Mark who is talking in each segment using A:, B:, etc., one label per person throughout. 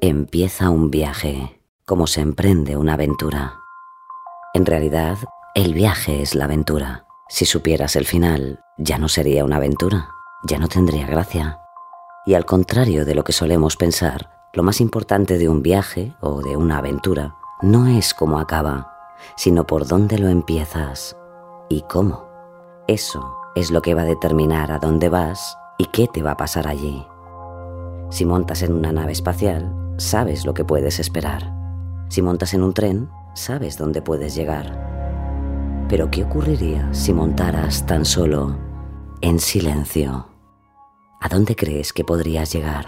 A: Empieza un viaje, como se emprende una aventura. En realidad, el viaje es la aventura. Si supieras el final, ya no sería una aventura, ya no tendría gracia. Y al contrario de lo que solemos pensar, lo más importante de un viaje o de una aventura no es cómo acaba, sino por dónde lo empiezas y cómo. Eso es lo que va a determinar a dónde vas y qué te va a pasar allí. Si montas en una nave espacial, sabes lo que puedes esperar. Si montas en un tren, sabes dónde puedes llegar. Pero ¿qué ocurriría si montaras tan solo en silencio? ¿A dónde crees que podrías llegar?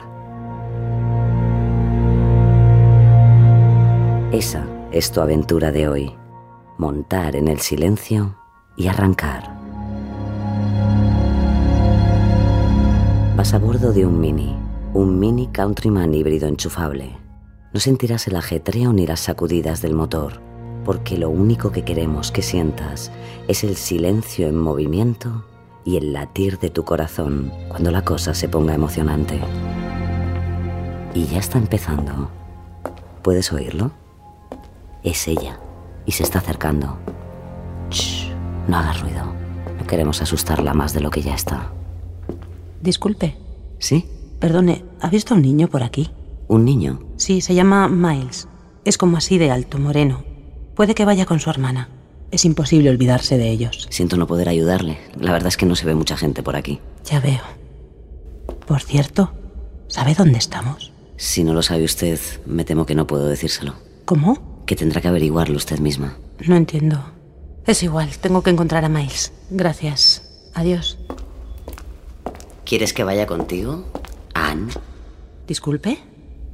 A: Esa es tu aventura de hoy. Montar en el silencio y arrancar. Vas a bordo de un mini un mini countryman híbrido enchufable. No sentirás el ajetreo ni las sacudidas del motor, porque lo único que queremos que sientas es el silencio en movimiento y el latir de tu corazón cuando la cosa se ponga emocionante. Y ya está empezando. ¿Puedes oírlo? Es ella y se está acercando. Shh, no hagas ruido. No queremos asustarla más de lo que ya está.
B: Disculpe.
A: ¿Sí?
B: Perdone, ¿ha visto a un niño por aquí?
A: ¿Un niño?
B: Sí, se llama Miles. Es como así de alto, moreno. Puede que vaya con su hermana. Es imposible olvidarse de ellos.
A: Siento no poder ayudarle. La verdad es que no se ve mucha gente por aquí.
B: Ya veo. Por cierto, ¿sabe dónde estamos?
A: Si no lo sabe usted, me temo que no puedo decírselo.
B: ¿Cómo?
A: Que tendrá que averiguarlo usted misma.
B: No entiendo. Es igual, tengo que encontrar a Miles. Gracias. Adiós.
A: ¿Quieres que vaya contigo? Anne.
B: Disculpe,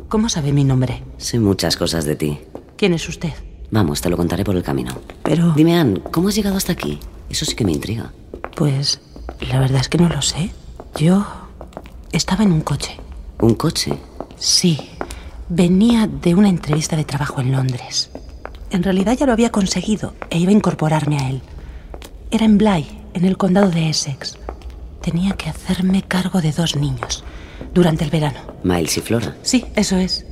B: ¿cómo sabe mi nombre?
A: Sé muchas cosas de ti.
B: ¿Quién es usted?
A: Vamos, te lo contaré por el camino.
B: Pero...
A: Dime, Anne, ¿cómo has llegado hasta aquí? Eso sí que me intriga.
B: Pues la verdad es que no lo sé. Yo estaba en un coche.
A: ¿Un coche?
B: Sí, venía de una entrevista de trabajo en Londres. En realidad ya lo había conseguido e iba a incorporarme a él. Era en Bly, en el condado de Essex. Tenía que hacerme cargo de dos niños durante el verano.
A: Miles y Flora.
B: Sí, eso es.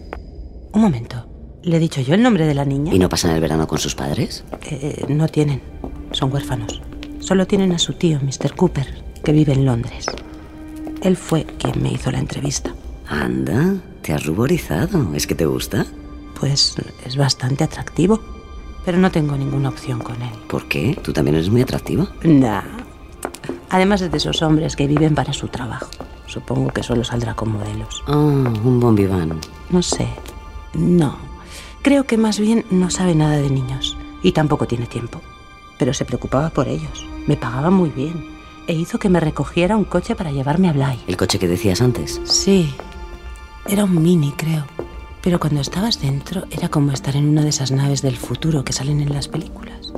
B: Un momento. ¿Le he dicho yo el nombre de la niña?
A: ¿Y no pasan el verano con sus padres?
B: Eh, no tienen. Son huérfanos. Solo tienen a su tío, Mr. Cooper, que vive en Londres. Él fue quien me hizo la entrevista.
A: Anda, te has ruborizado. ¿Es que te gusta?
B: Pues es bastante atractivo. Pero no tengo ninguna opción con él.
A: ¿Por qué? ¿Tú también eres muy atractiva?
B: Nah. Además es de esos hombres que viven para su trabajo. Supongo que solo saldrá con modelos.
A: Ah, oh, un bombiván.
B: No sé. No. Creo que más bien no sabe nada de niños. Y tampoco tiene tiempo. Pero se preocupaba por ellos. Me pagaba muy bien. E hizo que me recogiera un coche para llevarme a Bly.
A: ¿El coche que decías antes?
B: Sí. Era un mini, creo. Pero cuando estabas dentro era como estar en una de esas naves del futuro que salen en las películas.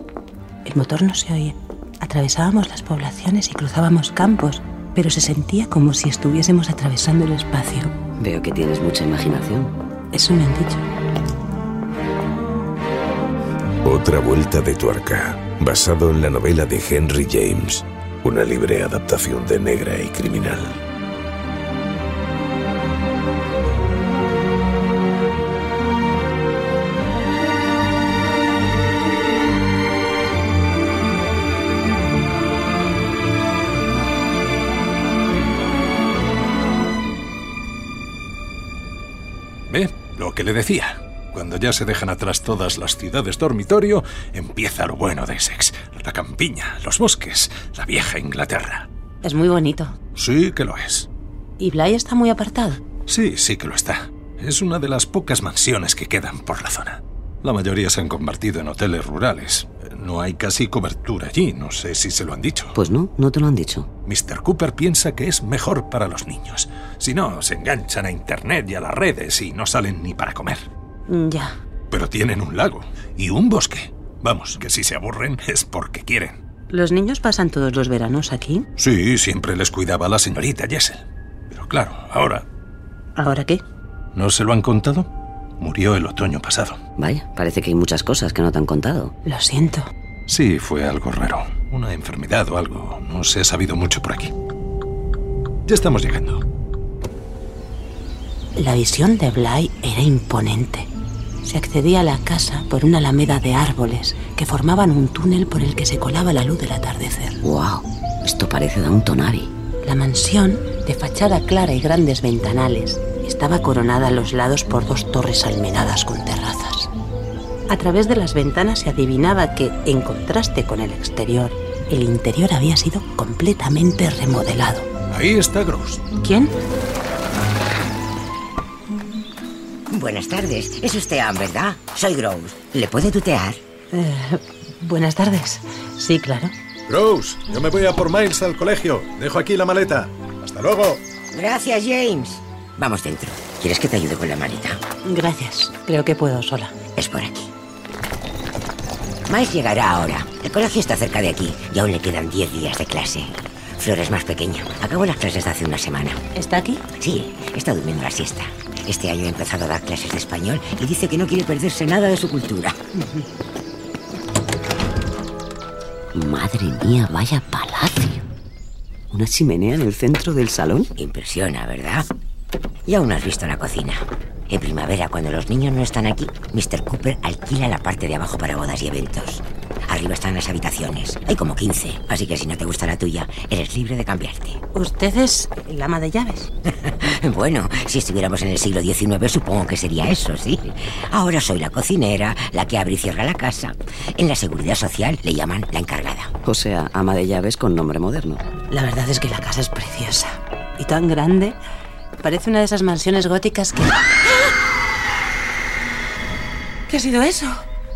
B: El motor no se oía. Atravesábamos las poblaciones y cruzábamos campos pero se sentía como si estuviésemos atravesando el espacio.
A: Veo que tienes mucha imaginación.
B: Eso me han dicho.
C: Otra vuelta de tuerca, basado en la novela de Henry James, una libre adaptación de Negra y Criminal.
D: ¿Eh? Lo que le decía. Cuando ya se dejan atrás todas las ciudades dormitorio, empieza lo bueno de Essex. La campiña, los bosques, la vieja Inglaterra.
B: Es muy bonito.
D: Sí que lo es.
B: ¿Y Bly está muy apartado?
D: Sí, sí que lo está. Es una de las pocas mansiones que quedan por la zona. La mayoría se han convertido en hoteles rurales. No hay casi cobertura allí, no sé si se lo han dicho.
E: Pues no, no te lo han dicho.
D: Mr. Cooper piensa que es mejor para los niños. Si no, se enganchan a Internet y a las redes y no salen ni para comer.
B: Mm, Ya.
D: Pero tienen un lago y un bosque. Vamos, que si se aburren es porque quieren.
B: ¿Los niños pasan todos los veranos aquí?
D: Sí, siempre les cuidaba la señorita Jessel. Pero claro, ahora...
B: ¿Ahora qué?
D: ¿No se lo han contado? Murió el otoño pasado.
E: Vaya, parece que hay muchas cosas que no te han contado.
B: Lo siento.
D: Sí, fue algo raro. Una enfermedad o algo. No se ha sabido mucho por aquí. Ya estamos llegando.
B: La visión de Bly era imponente. Se accedía a la casa por una alameda de árboles que formaban un túnel por el que se colaba la luz del atardecer.
E: ¡Wow! Esto parece Downton
B: La mansión, de fachada clara y grandes ventanales, estaba coronada a los lados por dos torres almenadas con terrazas. A través de las ventanas se adivinaba que, en contraste con el exterior, el interior había sido completamente remodelado.
D: Ahí está Gross.
B: ¿Quién?
A: Buenas tardes. Es usted Anne, ¿verdad? Soy Groves. ¿Le puede tutear?
B: Eh, buenas tardes. Sí, claro.
D: Gross, yo me voy a por Miles al colegio. Dejo aquí la maleta. Hasta luego.
A: Gracias, James. Vamos dentro. ¿Quieres que te ayude con la maleta?
B: Gracias. Creo que puedo sola.
A: Es por aquí. Miles llegará ahora. El colegio está cerca de aquí y aún le quedan 10 días de clase. Flor es más pequeña. Acabó las clases de hace una semana.
B: ¿Está aquí?
A: Sí, está durmiendo la siesta. Este año ha empezado a dar clases de español y dice que no quiere perderse nada de su cultura.
E: Madre mía, vaya palacio. Una chimenea en el centro del salón.
A: Impresiona, ¿verdad? Y aún no has visto la cocina. En primavera, cuando los niños no están aquí, Mr. Cooper alquila la parte de abajo para bodas y eventos. Arriba están las habitaciones. Hay como 15. Así que si no te gusta la tuya, eres libre de cambiarte.
B: ¿Usted es el ama de llaves?
A: bueno, si estuviéramos en el siglo XIX, supongo que sería eso, ¿sí? Ahora soy la cocinera, la que abre y cierra la casa. En la seguridad social le llaman la encargada.
E: O sea, ama de llaves con nombre moderno.
B: La verdad es que la casa es preciosa. Y tan grande. Parece una de esas mansiones góticas que... ¿Qué ha sido eso?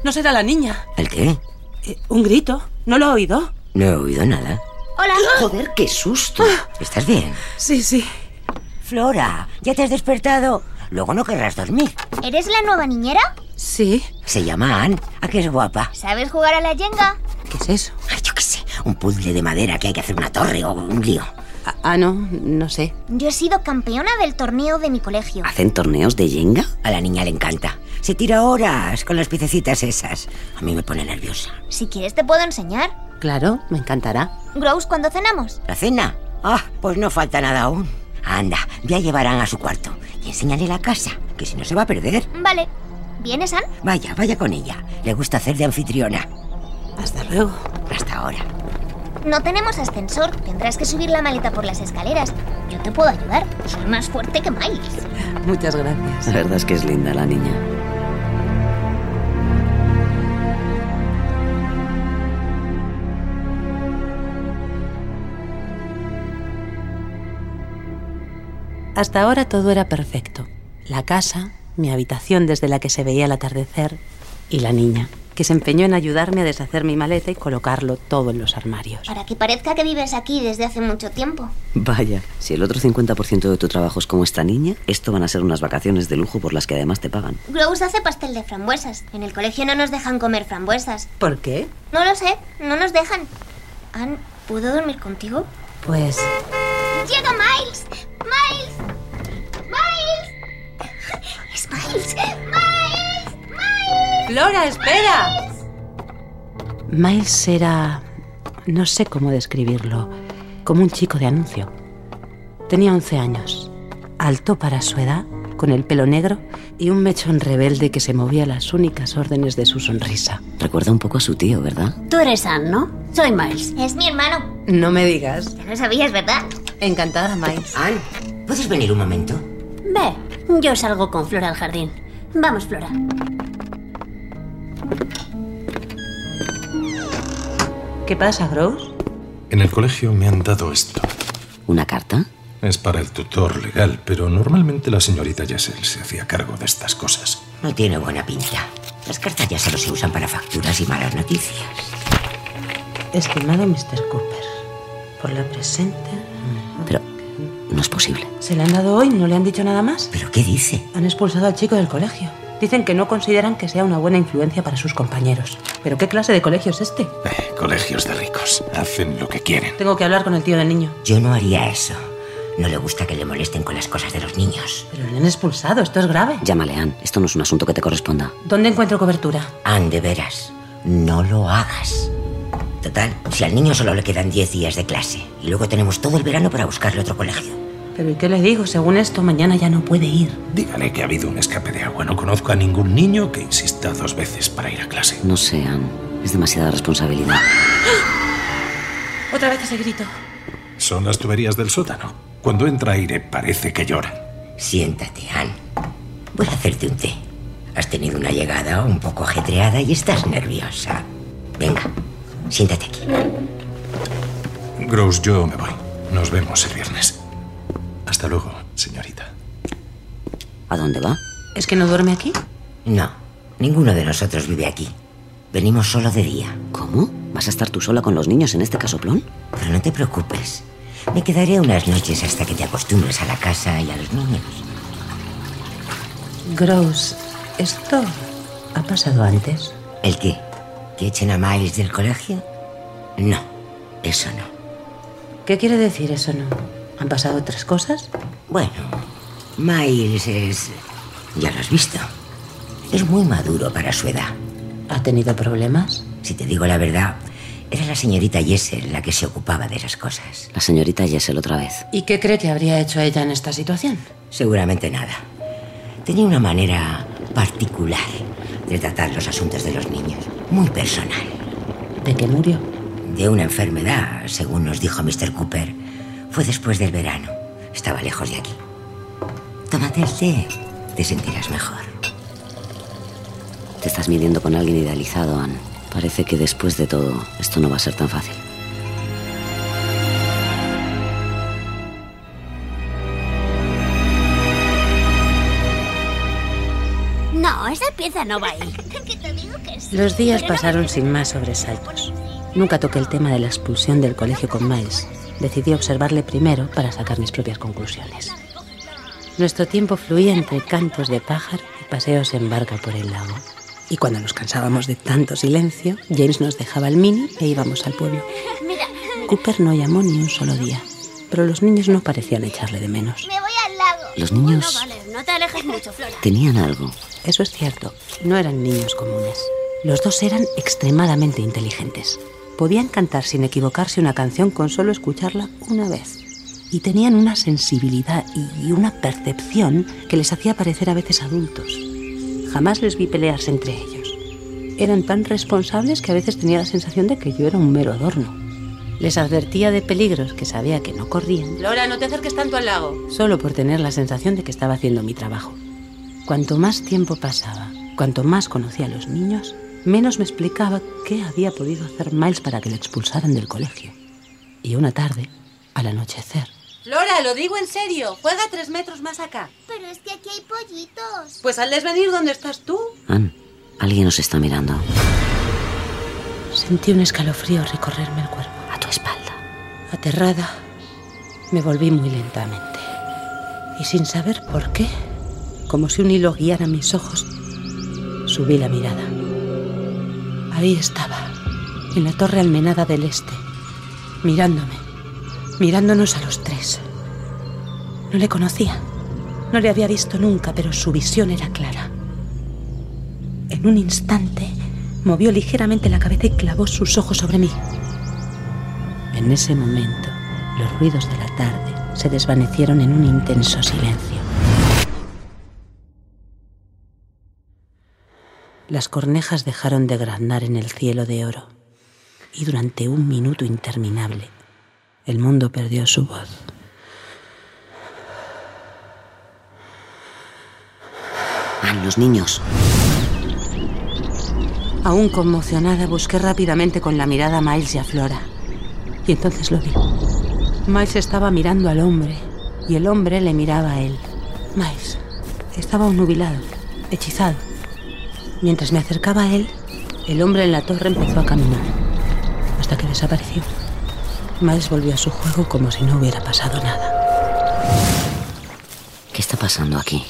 B: No será la niña.
A: ¿El qué?
B: Eh, un grito. ¿No lo ha oído?
A: No he oído nada.
F: Hola.
A: Joder, qué susto. ¿Estás bien?
B: Sí, sí.
A: Flora, ya te has despertado. Luego no querrás dormir.
F: ¿Eres la nueva niñera?
B: Sí.
A: Se llama Anne. ¿A qué es guapa?
F: ¿Sabes jugar a la yenga?
B: ¿Qué es eso?
A: Ay, yo qué sé. Un puzzle de madera que hay que hacer una torre o un lío.
B: Ah, ah, no, no sé.
F: Yo he sido campeona del torneo de mi colegio.
E: ¿Hacen torneos de yenga?
A: A la niña le encanta. Se tira horas con las piececitas esas. A mí me pone nerviosa.
F: Si quieres te puedo enseñar.
B: Claro, me encantará.
F: Grouse, ¿cuándo cenamos?
A: ¿La cena? Ah, pues no falta nada aún. Anda, ya llevarán a su cuarto y enséñale la casa, que si no se va a perder.
F: Vale. ¿Vienes, Ann?
A: Vaya, vaya con ella. Le gusta hacer de anfitriona.
B: Hasta luego.
A: Hasta ahora.
F: No tenemos ascensor. Tendrás que subir la maleta por las escaleras. Yo te puedo ayudar. Soy más fuerte que Miles.
B: Muchas gracias.
E: La verdad es que es linda la niña.
B: Hasta ahora todo era perfecto. La casa, mi habitación desde la que se veía el atardecer y la niña, que se empeñó en ayudarme a deshacer mi maleta y colocarlo todo en los armarios.
F: Para que parezca que vives aquí desde hace mucho tiempo.
E: Vaya, si el otro 50% de tu trabajo es como esta niña, esto van a ser unas vacaciones de lujo por las que además te pagan.
F: Grouse hace pastel de frambuesas. En el colegio no nos dejan comer frambuesas.
B: ¿Por qué?
F: No lo sé, no nos dejan. Ann, ¿puedo dormir contigo?
B: Pues...
F: ¡Llega Miles! ¡Miles! ¡Miles! ¡Es Miles! ¡Miles! ¡Miles!
B: Flora, espera. Miles era... no sé cómo describirlo, como un chico de anuncio. Tenía 11 años, alto para su edad, con el pelo negro y un mechón rebelde que se movía a las únicas órdenes de su sonrisa.
E: Recuerda un poco a su tío, ¿verdad?
G: Tú eres Ann, ¿no? Soy Miles.
F: Es mi hermano.
B: No me digas.
F: Ya lo sabías, ¿verdad?
B: Encantada, Miles.
A: Anne, ¿puedes venir un momento?
G: Ve, yo salgo con Flora al jardín. Vamos, Flora.
B: ¿Qué pasa, Gross?
D: En el colegio me han dado esto.
E: ¿Una carta?
D: Es para el tutor legal, pero normalmente la señorita Jessel se hacía cargo de estas cosas.
H: No tiene buena pinta. Las cartas ya solo se usan para facturas y malas noticias.
B: Estimado Mr. Cooper, por la presente...
A: Pero no es posible.
B: ¿Se le han dado hoy? ¿No le han dicho nada más?
H: ¿Pero qué dice?
B: Han expulsado al chico del colegio. Dicen que no consideran que sea una buena influencia para sus compañeros. ¿Pero qué clase de colegio es este?
D: Eh, colegios de ricos. Hacen lo que quieren.
B: Tengo que hablar con el tío del niño.
H: Yo no haría eso. No le gusta que le molesten con las cosas de los niños.
B: Pero le han expulsado, esto es grave.
A: Llámale, Ann. Esto no es un asunto que te corresponda.
B: ¿Dónde encuentro cobertura?
H: Anne, de veras, no lo hagas. Total, si al niño solo le quedan 10 días de clase y luego tenemos todo el verano para buscarle otro colegio.
B: Pero ¿y qué le digo? Según esto, mañana ya no puede ir.
D: Dígale que ha habido un escape de agua. No conozco a ningún niño que insista dos veces para ir a clase.
A: No sé, Ann. Es demasiada responsabilidad.
B: Otra vez ese grito.
D: Son las tuberías del sótano. Cuando entra aire parece que lloran.
H: Siéntate, Anne. Voy a hacerte un té. Has tenido una llegada un poco ajetreada y estás nerviosa. Venga, siéntate aquí.
D: Gross, yo me voy. Nos vemos el viernes. Hasta luego, señorita.
A: ¿A dónde va?
B: ¿Es que no duerme aquí?
H: No, ninguno de nosotros vive aquí. Venimos solo de día.
A: ¿Cómo? ¿Vas a estar tú sola con los niños en este casoplón?
H: Pero no te preocupes. Me quedaré unas noches hasta que te acostumbres a la casa y a los niños.
B: Gross, ¿esto ha pasado antes?
H: ¿El qué? ¿Que echen a Miles del colegio? No, eso no.
B: ¿Qué quiere decir eso no? ¿Han pasado otras cosas?
H: Bueno, Miles es... Ya lo has visto. Es muy maduro para su edad.
B: ¿Ha tenido problemas?
H: Si te digo la verdad, era la señorita Jessel la que se ocupaba de esas cosas.
A: La señorita Jessel otra vez.
B: ¿Y qué cree que habría hecho ella en esta situación?
H: Seguramente nada. Tenía una manera particular de tratar los asuntos de los niños, muy personal.
B: ¿De qué murió?
H: De una enfermedad, según nos dijo Mr. Cooper. Fue después del verano. Estaba lejos de aquí. Tómate el té, te sentirás mejor.
A: Te estás midiendo con alguien idealizado, Anne. Parece que después de todo, esto no va a ser tan fácil.
F: No, esa pieza no va ahí.
I: Que te digo que sí.
B: Los días
I: Pero no
B: pasaron
I: me-
B: sin más sobresaltos. Nunca toqué el tema de la expulsión del colegio con Miles. Decidí observarle primero para sacar mis propias conclusiones. Nuestro tiempo fluía entre cantos de pájaro y paseos en barca por el lago. Y cuando nos cansábamos de tanto silencio, James nos dejaba el mini e íbamos al pueblo.
I: Mira,
B: Cooper no llamó ni un solo día, pero los niños no parecían echarle de menos.
I: me voy al lago.
A: Los niños
F: No, vale, no te alejes mucho, Flora.
A: tenían algo.
B: Eso es cierto, no eran niños comunes. Los dos eran extremadamente inteligentes. Podían cantar sin equivocarse una canción con solo escucharla una vez. Y tenían una sensibilidad y una percepción que les hacía parecer a veces adultos. Jamás les vi pelearse entre ellos. Eran tan responsables que a veces tenía la sensación de que yo era un mero adorno. Les advertía de peligros que sabía que no corrían. Laura, no te acerques tanto al lago. Solo por tener la sensación de que estaba haciendo mi trabajo. Cuanto más tiempo pasaba, cuanto más conocía a los niños, menos me explicaba qué había podido hacer Miles para que le expulsaran del colegio. Y una tarde, al anochecer. Flora, lo digo en serio, juega tres metros más acá.
I: Pero es que aquí hay pollitos.
B: Pues al venir donde estás tú.
A: Ann, alguien nos está mirando.
B: Sentí un escalofrío recorrerme el cuerpo.
A: A tu espalda.
B: Aterrada, me volví muy lentamente. Y sin saber por qué, como si un hilo guiara mis ojos, subí la mirada. Ahí estaba, en la torre almenada del este, mirándome, mirándonos a los tres. No le conocía, no le había visto nunca, pero su visión era clara. En un instante, movió ligeramente la cabeza y clavó sus ojos sobre mí. En ese momento, los ruidos de la tarde se desvanecieron en un intenso silencio. Las cornejas dejaron de granar en el cielo de oro y durante un minuto interminable el mundo perdió su voz.
A: Ann, los niños.
B: Aún conmocionada, busqué rápidamente con la mirada a Miles y a Flora. Y entonces lo vi. Miles estaba mirando al hombre, y el hombre le miraba a él. Miles estaba nubilado, hechizado. Mientras me acercaba a él, el hombre en la torre empezó a caminar, hasta que desapareció. Miles volvió a su juego como si no hubiera pasado nada.
A: ¿Qué está pasando aquí?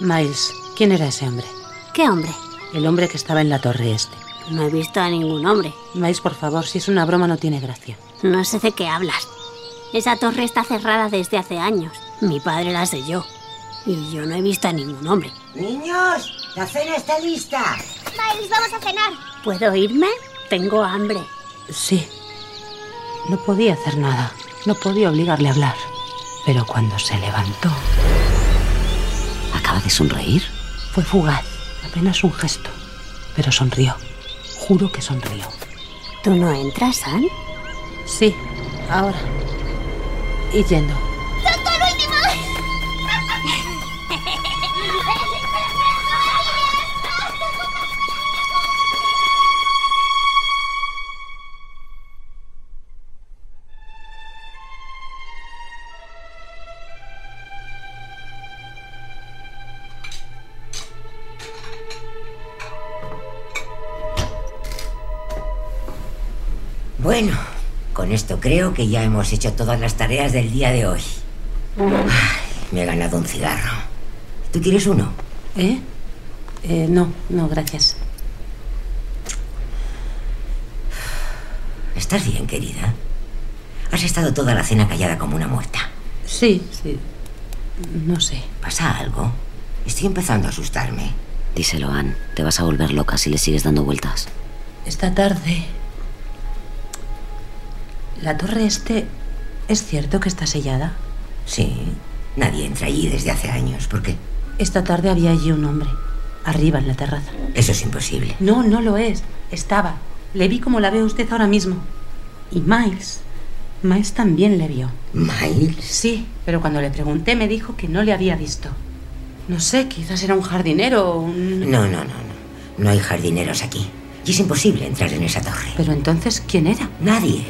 B: Miles, ¿quién era ese hombre?
F: ¿Qué hombre?
B: El hombre que estaba en la torre este.
F: No he visto a ningún hombre.
B: Miles, por favor, si es una broma no tiene gracia.
F: No sé de qué hablas. Esa torre está cerrada desde hace años. Mi padre la selló. Y yo no he visto a ningún hombre.
H: Niños, la cena está lista.
I: Miles, vamos a cenar.
F: ¿Puedo irme? Tengo hambre.
B: Sí. No podía hacer nada. No podía obligarle a hablar. Pero cuando se levantó,
A: ¿Acaba de sonreír?
B: fue fugaz. Apenas un gesto. Pero sonrió. Juro que sonrió.
F: ¿Tú no entras, Ann?
B: Sí, ahora. Y yendo.
I: ¡Santo el último!
H: Bueno, con esto creo que ya hemos hecho todas las tareas del día de hoy. Ay, me he ganado un cigarro. ¿Tú quieres uno?
B: ¿Eh? Eh, no, no, gracias.
H: ¿Estás bien, querida? Has estado toda la cena callada como una muerta.
B: Sí, sí. No sé.
H: ¿Pasa algo? Estoy empezando a asustarme.
A: Díselo, Ann. Te vas a volver loca si le sigues dando vueltas.
B: Esta tarde. La torre este. ¿Es cierto que está sellada?
H: Sí, nadie entra allí desde hace años. ¿Por qué?
B: Esta tarde había allí un hombre. Arriba en la terraza.
H: Eso es imposible.
B: No, no lo es. Estaba. Le vi como la ve usted ahora mismo. Y Miles. Miles también le vio.
H: ¿Miles?
B: Sí, pero cuando le pregunté me dijo que no le había visto. No sé, quizás era un jardinero o un...
H: No, no, no, no. No hay jardineros aquí. Y es imposible entrar en esa torre.
B: Pero entonces, ¿quién era?
H: Nadie.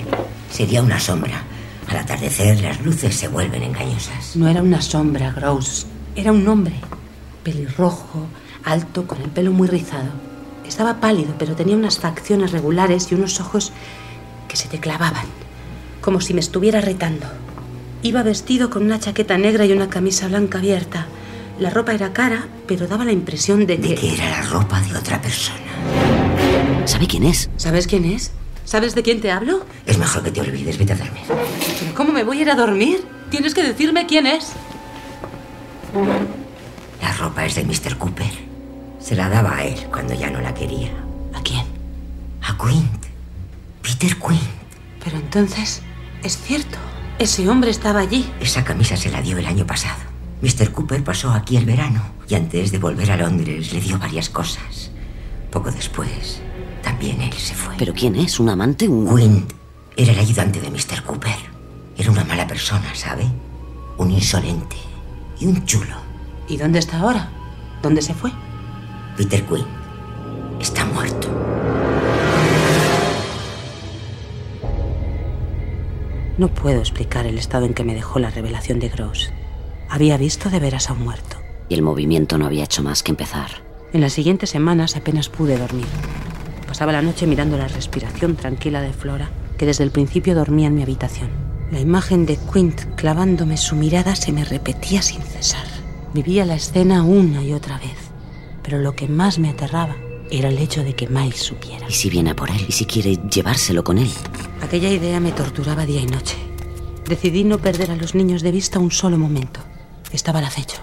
H: Sería una sombra. Al atardecer las luces se vuelven engañosas.
B: No era una sombra, Gross. Era un hombre. Pelirrojo, alto, con el pelo muy rizado. Estaba pálido, pero tenía unas facciones regulares y unos ojos que se te clavaban, como si me estuviera retando. Iba vestido con una chaqueta negra y una camisa blanca abierta. La ropa era cara, pero daba la impresión de que...
H: De que era la ropa de otra persona.
A: ¿Sabe quién es?
B: ¿Sabes quién es? ¿Sabes de quién te hablo?
H: Es mejor que te olvides, vete a dormir.
B: ¿Pero cómo me voy a ir a dormir? Tienes que decirme quién es.
H: La ropa es de Mr. Cooper. Se la daba a él cuando ya no la quería.
B: ¿A quién?
H: A Quint. Peter Quint.
B: Pero entonces, es cierto. Ese hombre estaba allí.
H: Esa camisa se la dio el año pasado. Mr. Cooper pasó aquí el verano y antes de volver a Londres le dio varias cosas. Poco después, también él se fue.
A: ¿Pero quién es? ¿Un amante? ¿Un...
H: Wind era el ayudante de Mr. Cooper. Era una mala persona, ¿sabe? Un insolente y un chulo.
B: ¿Y dónde está ahora? ¿Dónde se fue?
H: Peter Quinn está muerto.
B: No puedo explicar el estado en que me dejó la revelación de Gross. Había visto de veras a un muerto.
A: Y el movimiento no había hecho más que empezar.
B: En las siguientes semanas apenas pude dormir. Pasaba la noche mirando la respiración tranquila de Flora, que desde el principio dormía en mi habitación. La imagen de Quint clavándome su mirada se me repetía sin cesar. Vivía la escena una y otra vez, pero lo que más me aterraba era el hecho de que Miles supiera.
A: ¿Y si viene a por él? ¿Y si quiere llevárselo con él?
B: Aquella idea me torturaba día y noche. Decidí no perder a los niños de vista un solo momento. Estaba al acecho.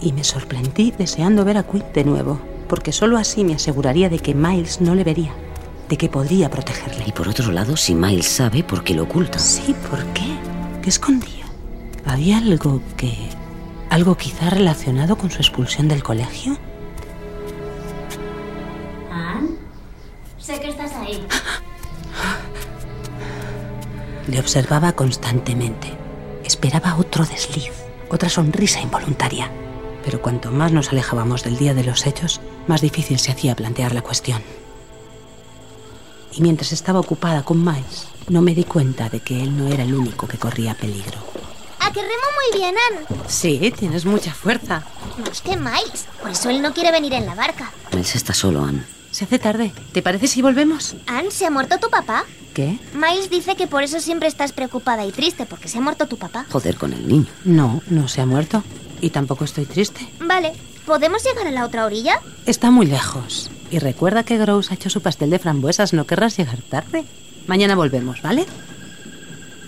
B: Y me sorprendí deseando ver a Quint de nuevo, porque solo así me aseguraría de que Miles no le vería, de que podría protegerle.
A: Y por otro lado, si Miles sabe, ¿por qué lo oculta?
B: Sí, ¿por qué? ¿Qué escondía? ¿Había algo que... algo quizá relacionado con su expulsión del colegio?
F: Ann, sé que estás ahí.
B: Le observaba constantemente. Esperaba otro desliz, otra sonrisa involuntaria. Pero cuanto más nos alejábamos del día de los hechos, más difícil se hacía plantear la cuestión. Y mientras estaba ocupada con Miles, no me di cuenta de que él no era el único que corría peligro.
I: que remo muy bien, Ann.
B: Sí, tienes mucha fuerza.
I: Más que Miles. Por eso él no quiere venir en la barca.
A: Miles está solo, Ann.
B: Se hace tarde. ¿Te parece si volvemos?
I: Ann, ¿se ha muerto tu papá?
B: ¿Qué?
I: Miles dice que por eso siempre estás preocupada y triste, porque se ha muerto tu papá.
A: Joder con el niño.
B: No, no se ha muerto. Y tampoco estoy triste.
I: Vale, ¿podemos llegar a la otra orilla?
B: Está muy lejos. Y recuerda que Gross ha hecho su pastel de frambuesas. No querrás llegar tarde. Mañana volvemos, ¿vale?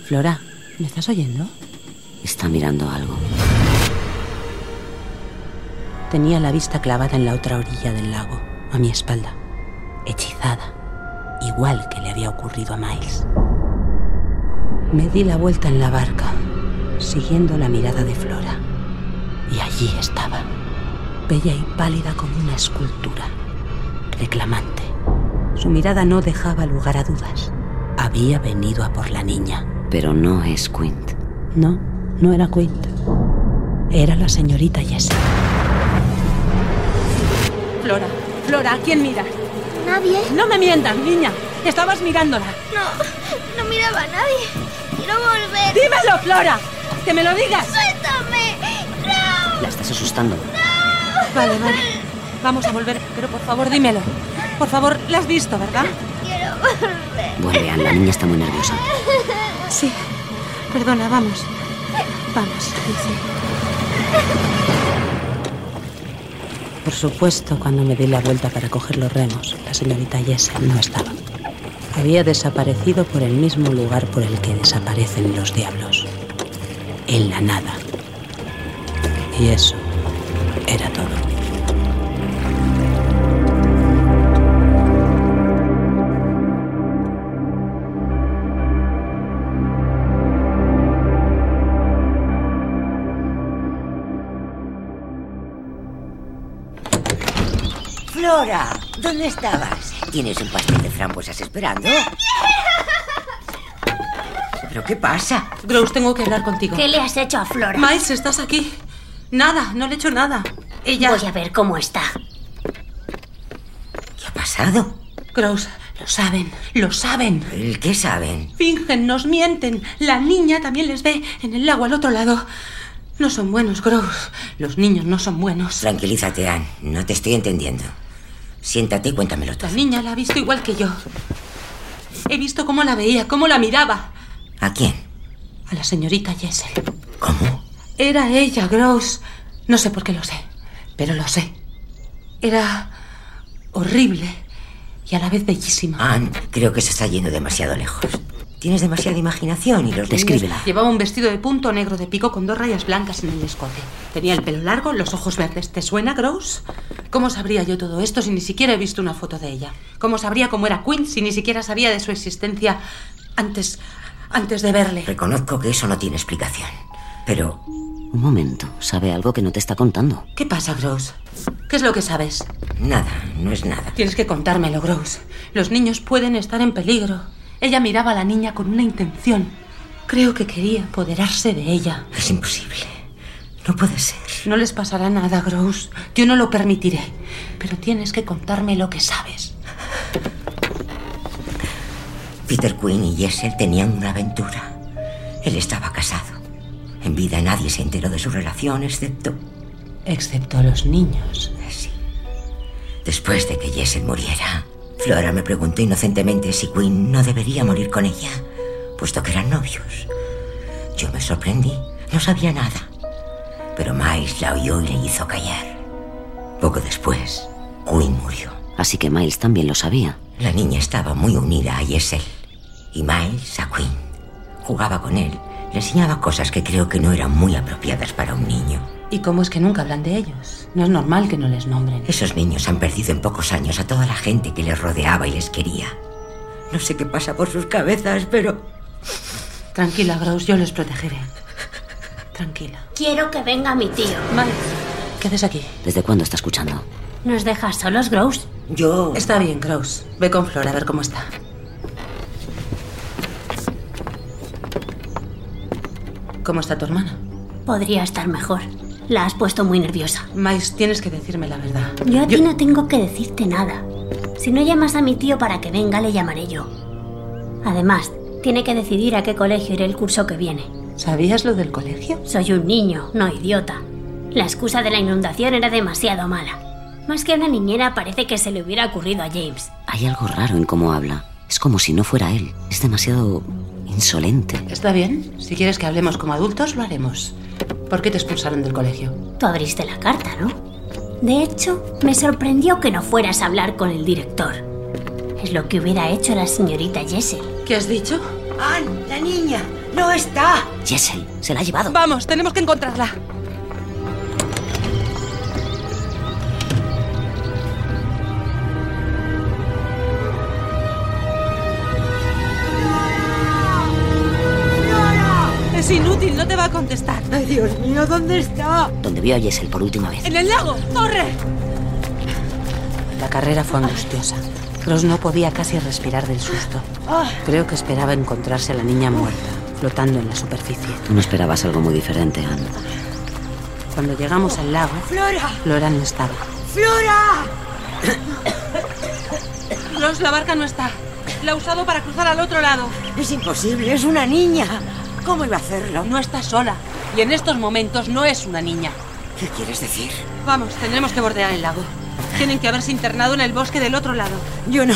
B: Flora, ¿me estás oyendo?
A: Está mirando algo.
B: Tenía la vista clavada en la otra orilla del lago, a mi espalda. Hechizada. Igual que le había ocurrido a Miles. Me di la vuelta en la barca, siguiendo la mirada de Flora. Y allí estaba, bella y pálida como una escultura, reclamante. Su mirada no dejaba lugar a dudas. Había venido a por la niña.
A: Pero no es Quint.
B: No, no era Quint. Era la señorita Jessie. Flora, Flora, ¿a quién miras?
I: ¿Nadie?
B: No me mientas, niña. Estabas mirándola.
I: No, no miraba a nadie. Quiero volver.
B: Dímelo, Flora. Que me lo digas.
I: ¡Suéltame! ¡No!
A: La estás asustando.
B: Vale, vale. Vamos a volver, pero por favor dímelo. Por favor, la has visto, ¿verdad?
I: ¡Quiero volver!
A: Vuelve, Ann. La niña está muy nerviosa.
B: Sí. Perdona, vamos. Vamos, Por supuesto, cuando me di la vuelta para coger los remos, la señorita Jessie no estaba. Había desaparecido por el mismo lugar por el que desaparecen los diablos. En la nada. Y eso era todo.
H: Flora, ¿dónde estabas? ¿Tienes un pastel de frambuesas esperando? ¿Pero qué pasa?
B: Gross, tengo que hablar contigo.
F: ¿Qué le has hecho a Flora?
B: Miles, estás aquí. Nada, no le he hecho nada. Ella.
F: Voy a ver cómo está.
H: ¿Qué ha pasado?
B: Gross, lo saben, lo saben.
H: ¿El qué saben?
B: Fingen, nos mienten. La niña también les ve en el lago al otro lado. No son buenos, Gross. Los niños no son buenos.
H: Tranquilízate, Ann. No te estoy entendiendo. Siéntate y cuéntamelo
B: La
H: todo.
B: niña la ha visto igual que yo. He visto cómo la veía, cómo la miraba.
H: ¿A quién?
B: A la señorita Jessel.
H: ¿Cómo?
B: Era ella, Gross. No sé por qué lo sé, pero lo sé. Era horrible y a la vez bellísima.
H: Ann, creo que se está yendo demasiado lejos. Tienes demasiada imaginación y los niños-
A: Descríbela.
B: Llevaba un vestido de punto negro de pico con dos rayas blancas en el escote. Tenía el pelo largo, los ojos verdes. ¿Te suena, Gross? ¿Cómo sabría yo todo esto si ni siquiera he visto una foto de ella? ¿Cómo sabría cómo era Quinn si ni siquiera sabía de su existencia antes, antes de verle?
H: Reconozco que eso no tiene explicación. Pero
A: Un momento. Sabe algo que no te está contando.
B: ¿Qué pasa, Gross? ¿Qué es lo que sabes?
H: nada, no es nada.
B: Tienes que contármelo, Gross. Los niños pueden estar en peligro. Ella miraba a la niña con una intención. Creo que quería apoderarse de ella.
H: Es imposible. No puede ser.
B: No les pasará nada, Gross. Yo no lo permitiré. Pero tienes que contarme lo que sabes.
H: Peter Quinn y Jessel tenían una aventura. Él estaba casado. En vida nadie se enteró de su relación excepto
B: Excepto los niños.
H: Sí. Después de que Jessel muriera, Flora me preguntó inocentemente si Quinn no debería morir con ella, puesto que eran novios. Yo me sorprendí, no sabía nada. Pero Miles la oyó y le hizo callar. Poco después, Quinn murió.
A: Así que Miles también lo sabía.
H: La niña estaba muy unida a Jessel y Miles a Quinn. Jugaba con él, le enseñaba cosas que creo que no eran muy apropiadas para un niño.
B: ¿Y cómo es que nunca hablan de ellos? No es normal que no les nombren.
H: Esos niños han perdido en pocos años a toda la gente que les rodeaba y les quería. No sé qué pasa por sus cabezas, pero...
B: Tranquila, Gross, yo les protegeré. Tranquila.
F: Quiero que venga mi tío.
B: Miles, ¿qué haces aquí?
A: ¿Desde cuándo está escuchando?
F: ¿Nos dejas solos, Gross?
H: Yo...
B: Está bien, Gross. Ve con Flora a ver cómo está. ¿Cómo está tu hermana?
F: Podría estar mejor. La has puesto muy nerviosa.
B: Miles, tienes que decirme la verdad.
F: Yo a ti no tengo que decirte nada. Si no llamas a mi tío para que venga, le llamaré yo. Además, tiene que decidir a qué colegio iré el curso que viene.
B: ¿Sabías lo del colegio?
F: Soy un niño, no idiota. La excusa de la inundación era demasiado mala. Más que a una niñera parece que se le hubiera ocurrido a James.
A: Hay algo raro en cómo habla. Es como si no fuera él. Es demasiado insolente.
B: Está bien. Si quieres que hablemos como adultos, lo haremos. ¿Por qué te expulsaron del colegio?
F: Tú abriste la carta, ¿no? De hecho, me sorprendió que no fueras a hablar con el director. Es lo que hubiera hecho la señorita Jessel.
B: ¿Qué has dicho?
H: ¡Ann, la niña! ¡No está!
A: Jessel, se la ha llevado.
B: Vamos, tenemos que encontrarla. Es inútil, no te va a contestar.
J: ¡Ay, Dios mío, ¿dónde está?
A: Donde vio a Jessel por última vez.
J: ¡En el lago! ¡Corre!
B: La carrera fue angustiosa. Cross no podía casi respirar del susto. Creo que esperaba encontrarse a la niña muerta, flotando en la superficie.
A: Tú no esperabas algo muy diferente, Ann.
B: Cuando llegamos al lago,
J: ¡Flora!
B: Flora no estaba.
J: ¡Flora!
B: Cross, la barca no está. La ha usado para cruzar al otro lado.
H: Es imposible, es una niña. ¿Cómo iba a hacerlo?
B: No está sola. Y en estos momentos no es una niña.
H: ¿Qué quieres decir?
B: Vamos, tendremos que bordear el lago. Tienen que haberse internado en el bosque del otro lado.
J: Yo no.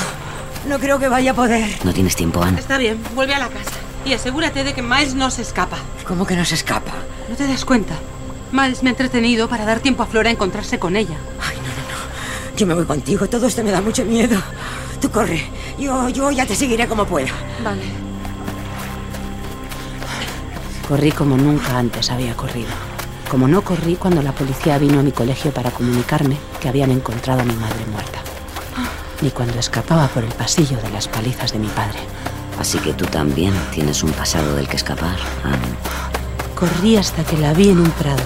J: No creo que vaya a poder.
A: No tienes tiempo, Ann.
B: Está bien, vuelve a la casa. Y asegúrate de que Miles no se escapa.
H: ¿Cómo que no se escapa?
B: ¿No te das cuenta? Miles me ha entretenido para dar tiempo a Flora a encontrarse con ella.
H: Ay, no, no, no. Yo me voy contigo. Todo esto me da mucho miedo. Tú corre. Yo, yo ya te seguiré como pueda.
B: Vale. Corrí como nunca antes había corrido. Como no corrí cuando la policía vino a mi colegio para comunicarme que habían encontrado a mi madre muerta. Ni cuando escapaba por el pasillo de las palizas de mi padre.
A: Así que tú también tienes un pasado del que escapar, Ann.
B: Corrí hasta que la vi en un prado,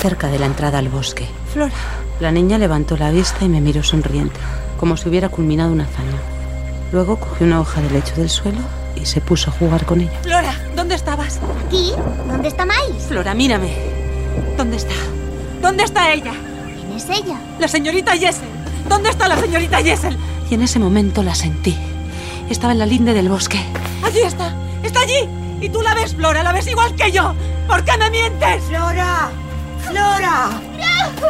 B: cerca de la entrada al bosque. Flora. La niña levantó la vista y me miró sonriente, como si hubiera culminado una hazaña. Luego cogió una hoja del lecho del suelo y se puso a jugar con ella. Flora, ¿dónde estabas?
I: ¿Aquí? ¿Dónde está Miles?
B: Flora, mírame. ¿Dónde está? ¿Dónde está ella?
I: ¿Quién es ella?
B: La señorita Jessel. ¿Dónde está la señorita Jessel? Y en ese momento la sentí. Estaba en la linde del bosque. Allí está. Está allí. Y tú la ves, Flora. La ves igual que yo. ¿Por qué me mientes?
J: ¡Flora! ¡Flora!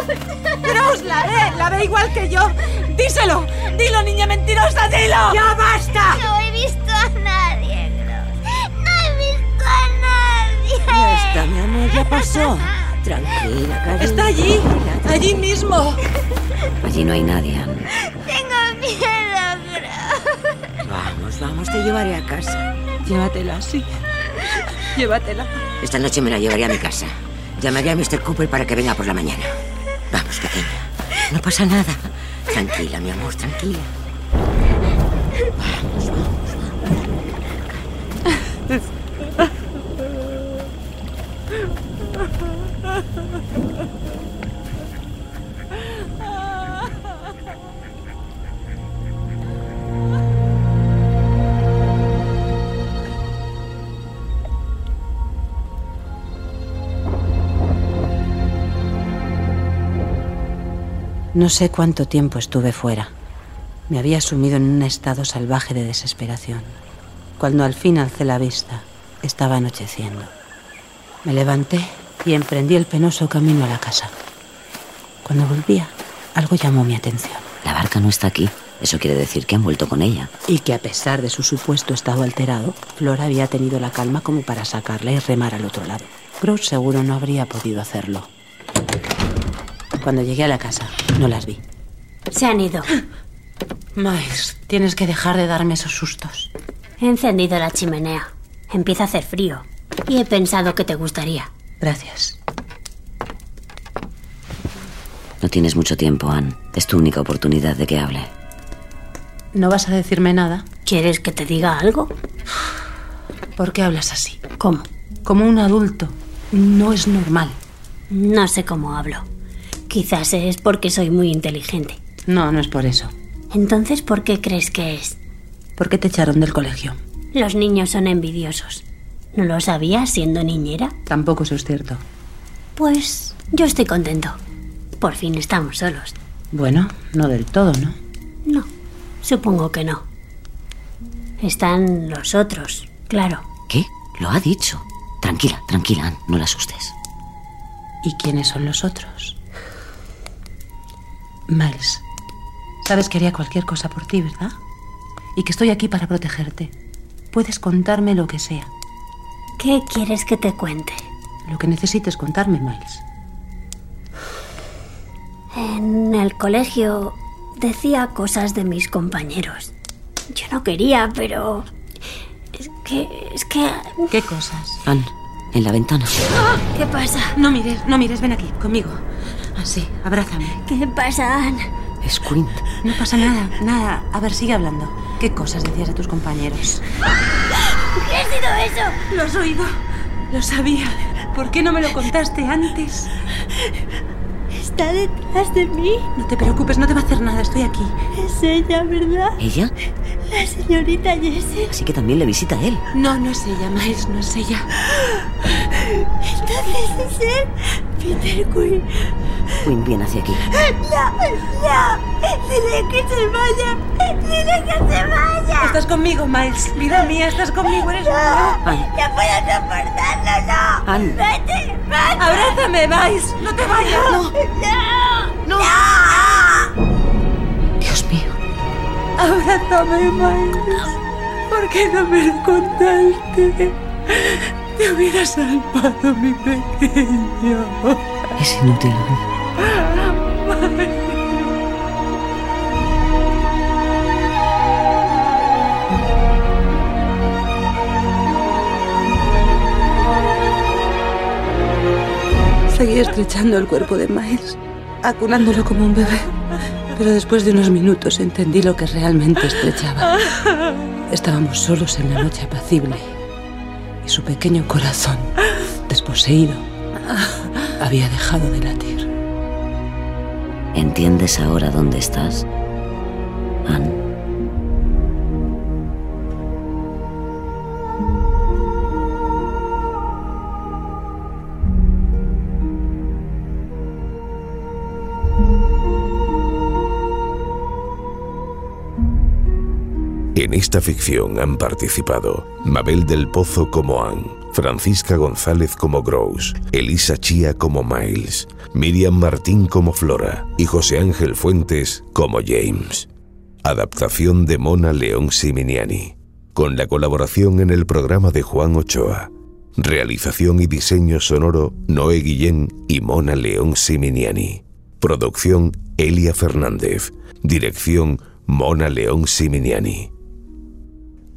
B: Cross la ve. eh, La ve igual que yo. Díselo. Dilo, niña mentirosa. Dilo.
J: ¡Ya basta!
I: No he visto a nadie, Cruz. No he visto a nadie.
H: Ya está, mi amor, ya pasó. Tranquila, cariño.
B: Está allí. Allí mismo.
A: Allí no hay nadie, Ann.
I: Tengo miedo, Cruz.
H: Vamos, vamos, te llevaré a casa.
B: Llévatela, sí. Llévatela.
H: Esta noche me la llevaré a mi casa. Llamaré a Mr. Cooper para que venga por la mañana. Vamos, pequeña. No pasa nada. Tranquila, mi amor, tranquila.
B: No sé cuánto tiempo estuve fuera. Me había sumido en un estado salvaje de desesperación. Cuando al fin alcé la vista, estaba anocheciendo. Me levanté y emprendí el penoso camino a la casa. Cuando volvía, algo llamó mi atención.
A: La barca no está aquí. Eso quiere decir que han vuelto con ella.
B: Y que a pesar de su supuesto estado alterado, Flora había tenido la calma como para sacarla y remar al otro lado. Gross seguro no habría podido hacerlo. Cuando llegué a la casa, no las vi.
F: Se han ido.
B: Miles, tienes que dejar de darme esos sustos.
F: He encendido la chimenea. Empieza a hacer frío. Y he pensado que te gustaría.
B: Gracias.
A: No tienes mucho tiempo, Ann. Es tu única oportunidad de que hable.
B: ¿No vas a decirme nada?
F: ¿Quieres que te diga algo?
B: ¿Por qué hablas así?
F: ¿Cómo?
B: Como un adulto. No es normal.
F: No sé cómo hablo. Quizás es porque soy muy inteligente.
B: No, no es por eso.
F: Entonces, ¿por qué crees que es?
B: ¿Por qué te echaron del colegio?
F: Los niños son envidiosos. ¿No lo sabías siendo niñera?
B: Tampoco eso es cierto.
F: Pues yo estoy contento. Por fin estamos solos.
B: Bueno, no del todo, ¿no?
F: No, supongo que no. Están los otros, claro.
A: ¿Qué? Lo ha dicho. Tranquila, tranquila, Ann, no la asustes.
B: ¿Y quiénes son los otros? Miles, sabes que haría cualquier cosa por ti, ¿verdad? Y que estoy aquí para protegerte. Puedes contarme lo que sea.
F: ¿Qué quieres que te cuente?
B: Lo que necesites contarme, Miles.
F: En el colegio decía cosas de mis compañeros. Yo no quería, pero... Es que... Es que...
B: ¿Qué cosas?
A: Ann, en la ventana.
F: ¡Ah! ¿Qué pasa?
B: No mires, no mires, ven aquí, conmigo. Así, abrázame.
F: ¿Qué pasa, Anne?
A: Squint.
B: No pasa nada, nada. A ver, sigue hablando. ¿Qué cosas decías a tus compañeros?
F: ¿Qué ha sido eso?
B: Lo has oído. Lo sabía. ¿Por qué no me lo contaste antes?
F: ¿Está detrás de mí?
B: No te preocupes, no te va a hacer nada, estoy aquí.
F: Es ella, ¿verdad?
A: ¿Ella?
F: La señorita Jessie.
A: Así que también le visita a él.
B: No, no es ella, Miles, no es ella.
F: Entonces es él. Peter Quinn.
A: Quinn viene hacia aquí.
F: ¡Ya! ¡Ya! ¡Dile que se vaya! ¡Dile que se vaya!
B: Estás conmigo, Miles. Vida mía, estás conmigo, eres...
A: Ann,
F: ¡No puedo soportarlo, no!
A: Ann.
F: ¡Vete! ¡Vete!
B: Abrázame, Miles. No te vayas, no.
F: ¡No! ¡No!
A: Dios mío.
B: Abrázame, Miles. ¿Por qué no me lo contaste? Te hubiera salvado mi pequeño.
A: Es inútil. Ann.
B: Seguí estrechando el cuerpo de Miles, acunándolo como un bebé. Pero después de unos minutos entendí lo que realmente estrechaba. Estábamos solos en la noche apacible y su pequeño corazón, desposeído, había dejado de latir.
A: ¿Entiendes ahora dónde estás? Ann.
D: En esta ficción han participado Mabel del Pozo como Ann, Francisca González como Gross, Elisa Chía como Miles, Miriam Martín como Flora y José Ángel Fuentes como James. Adaptación de Mona León Siminiani, con la colaboración en el programa de Juan Ochoa. Realización y diseño sonoro Noé Guillén y Mona León Siminiani. Producción Elia Fernández. Dirección Mona León Siminiani.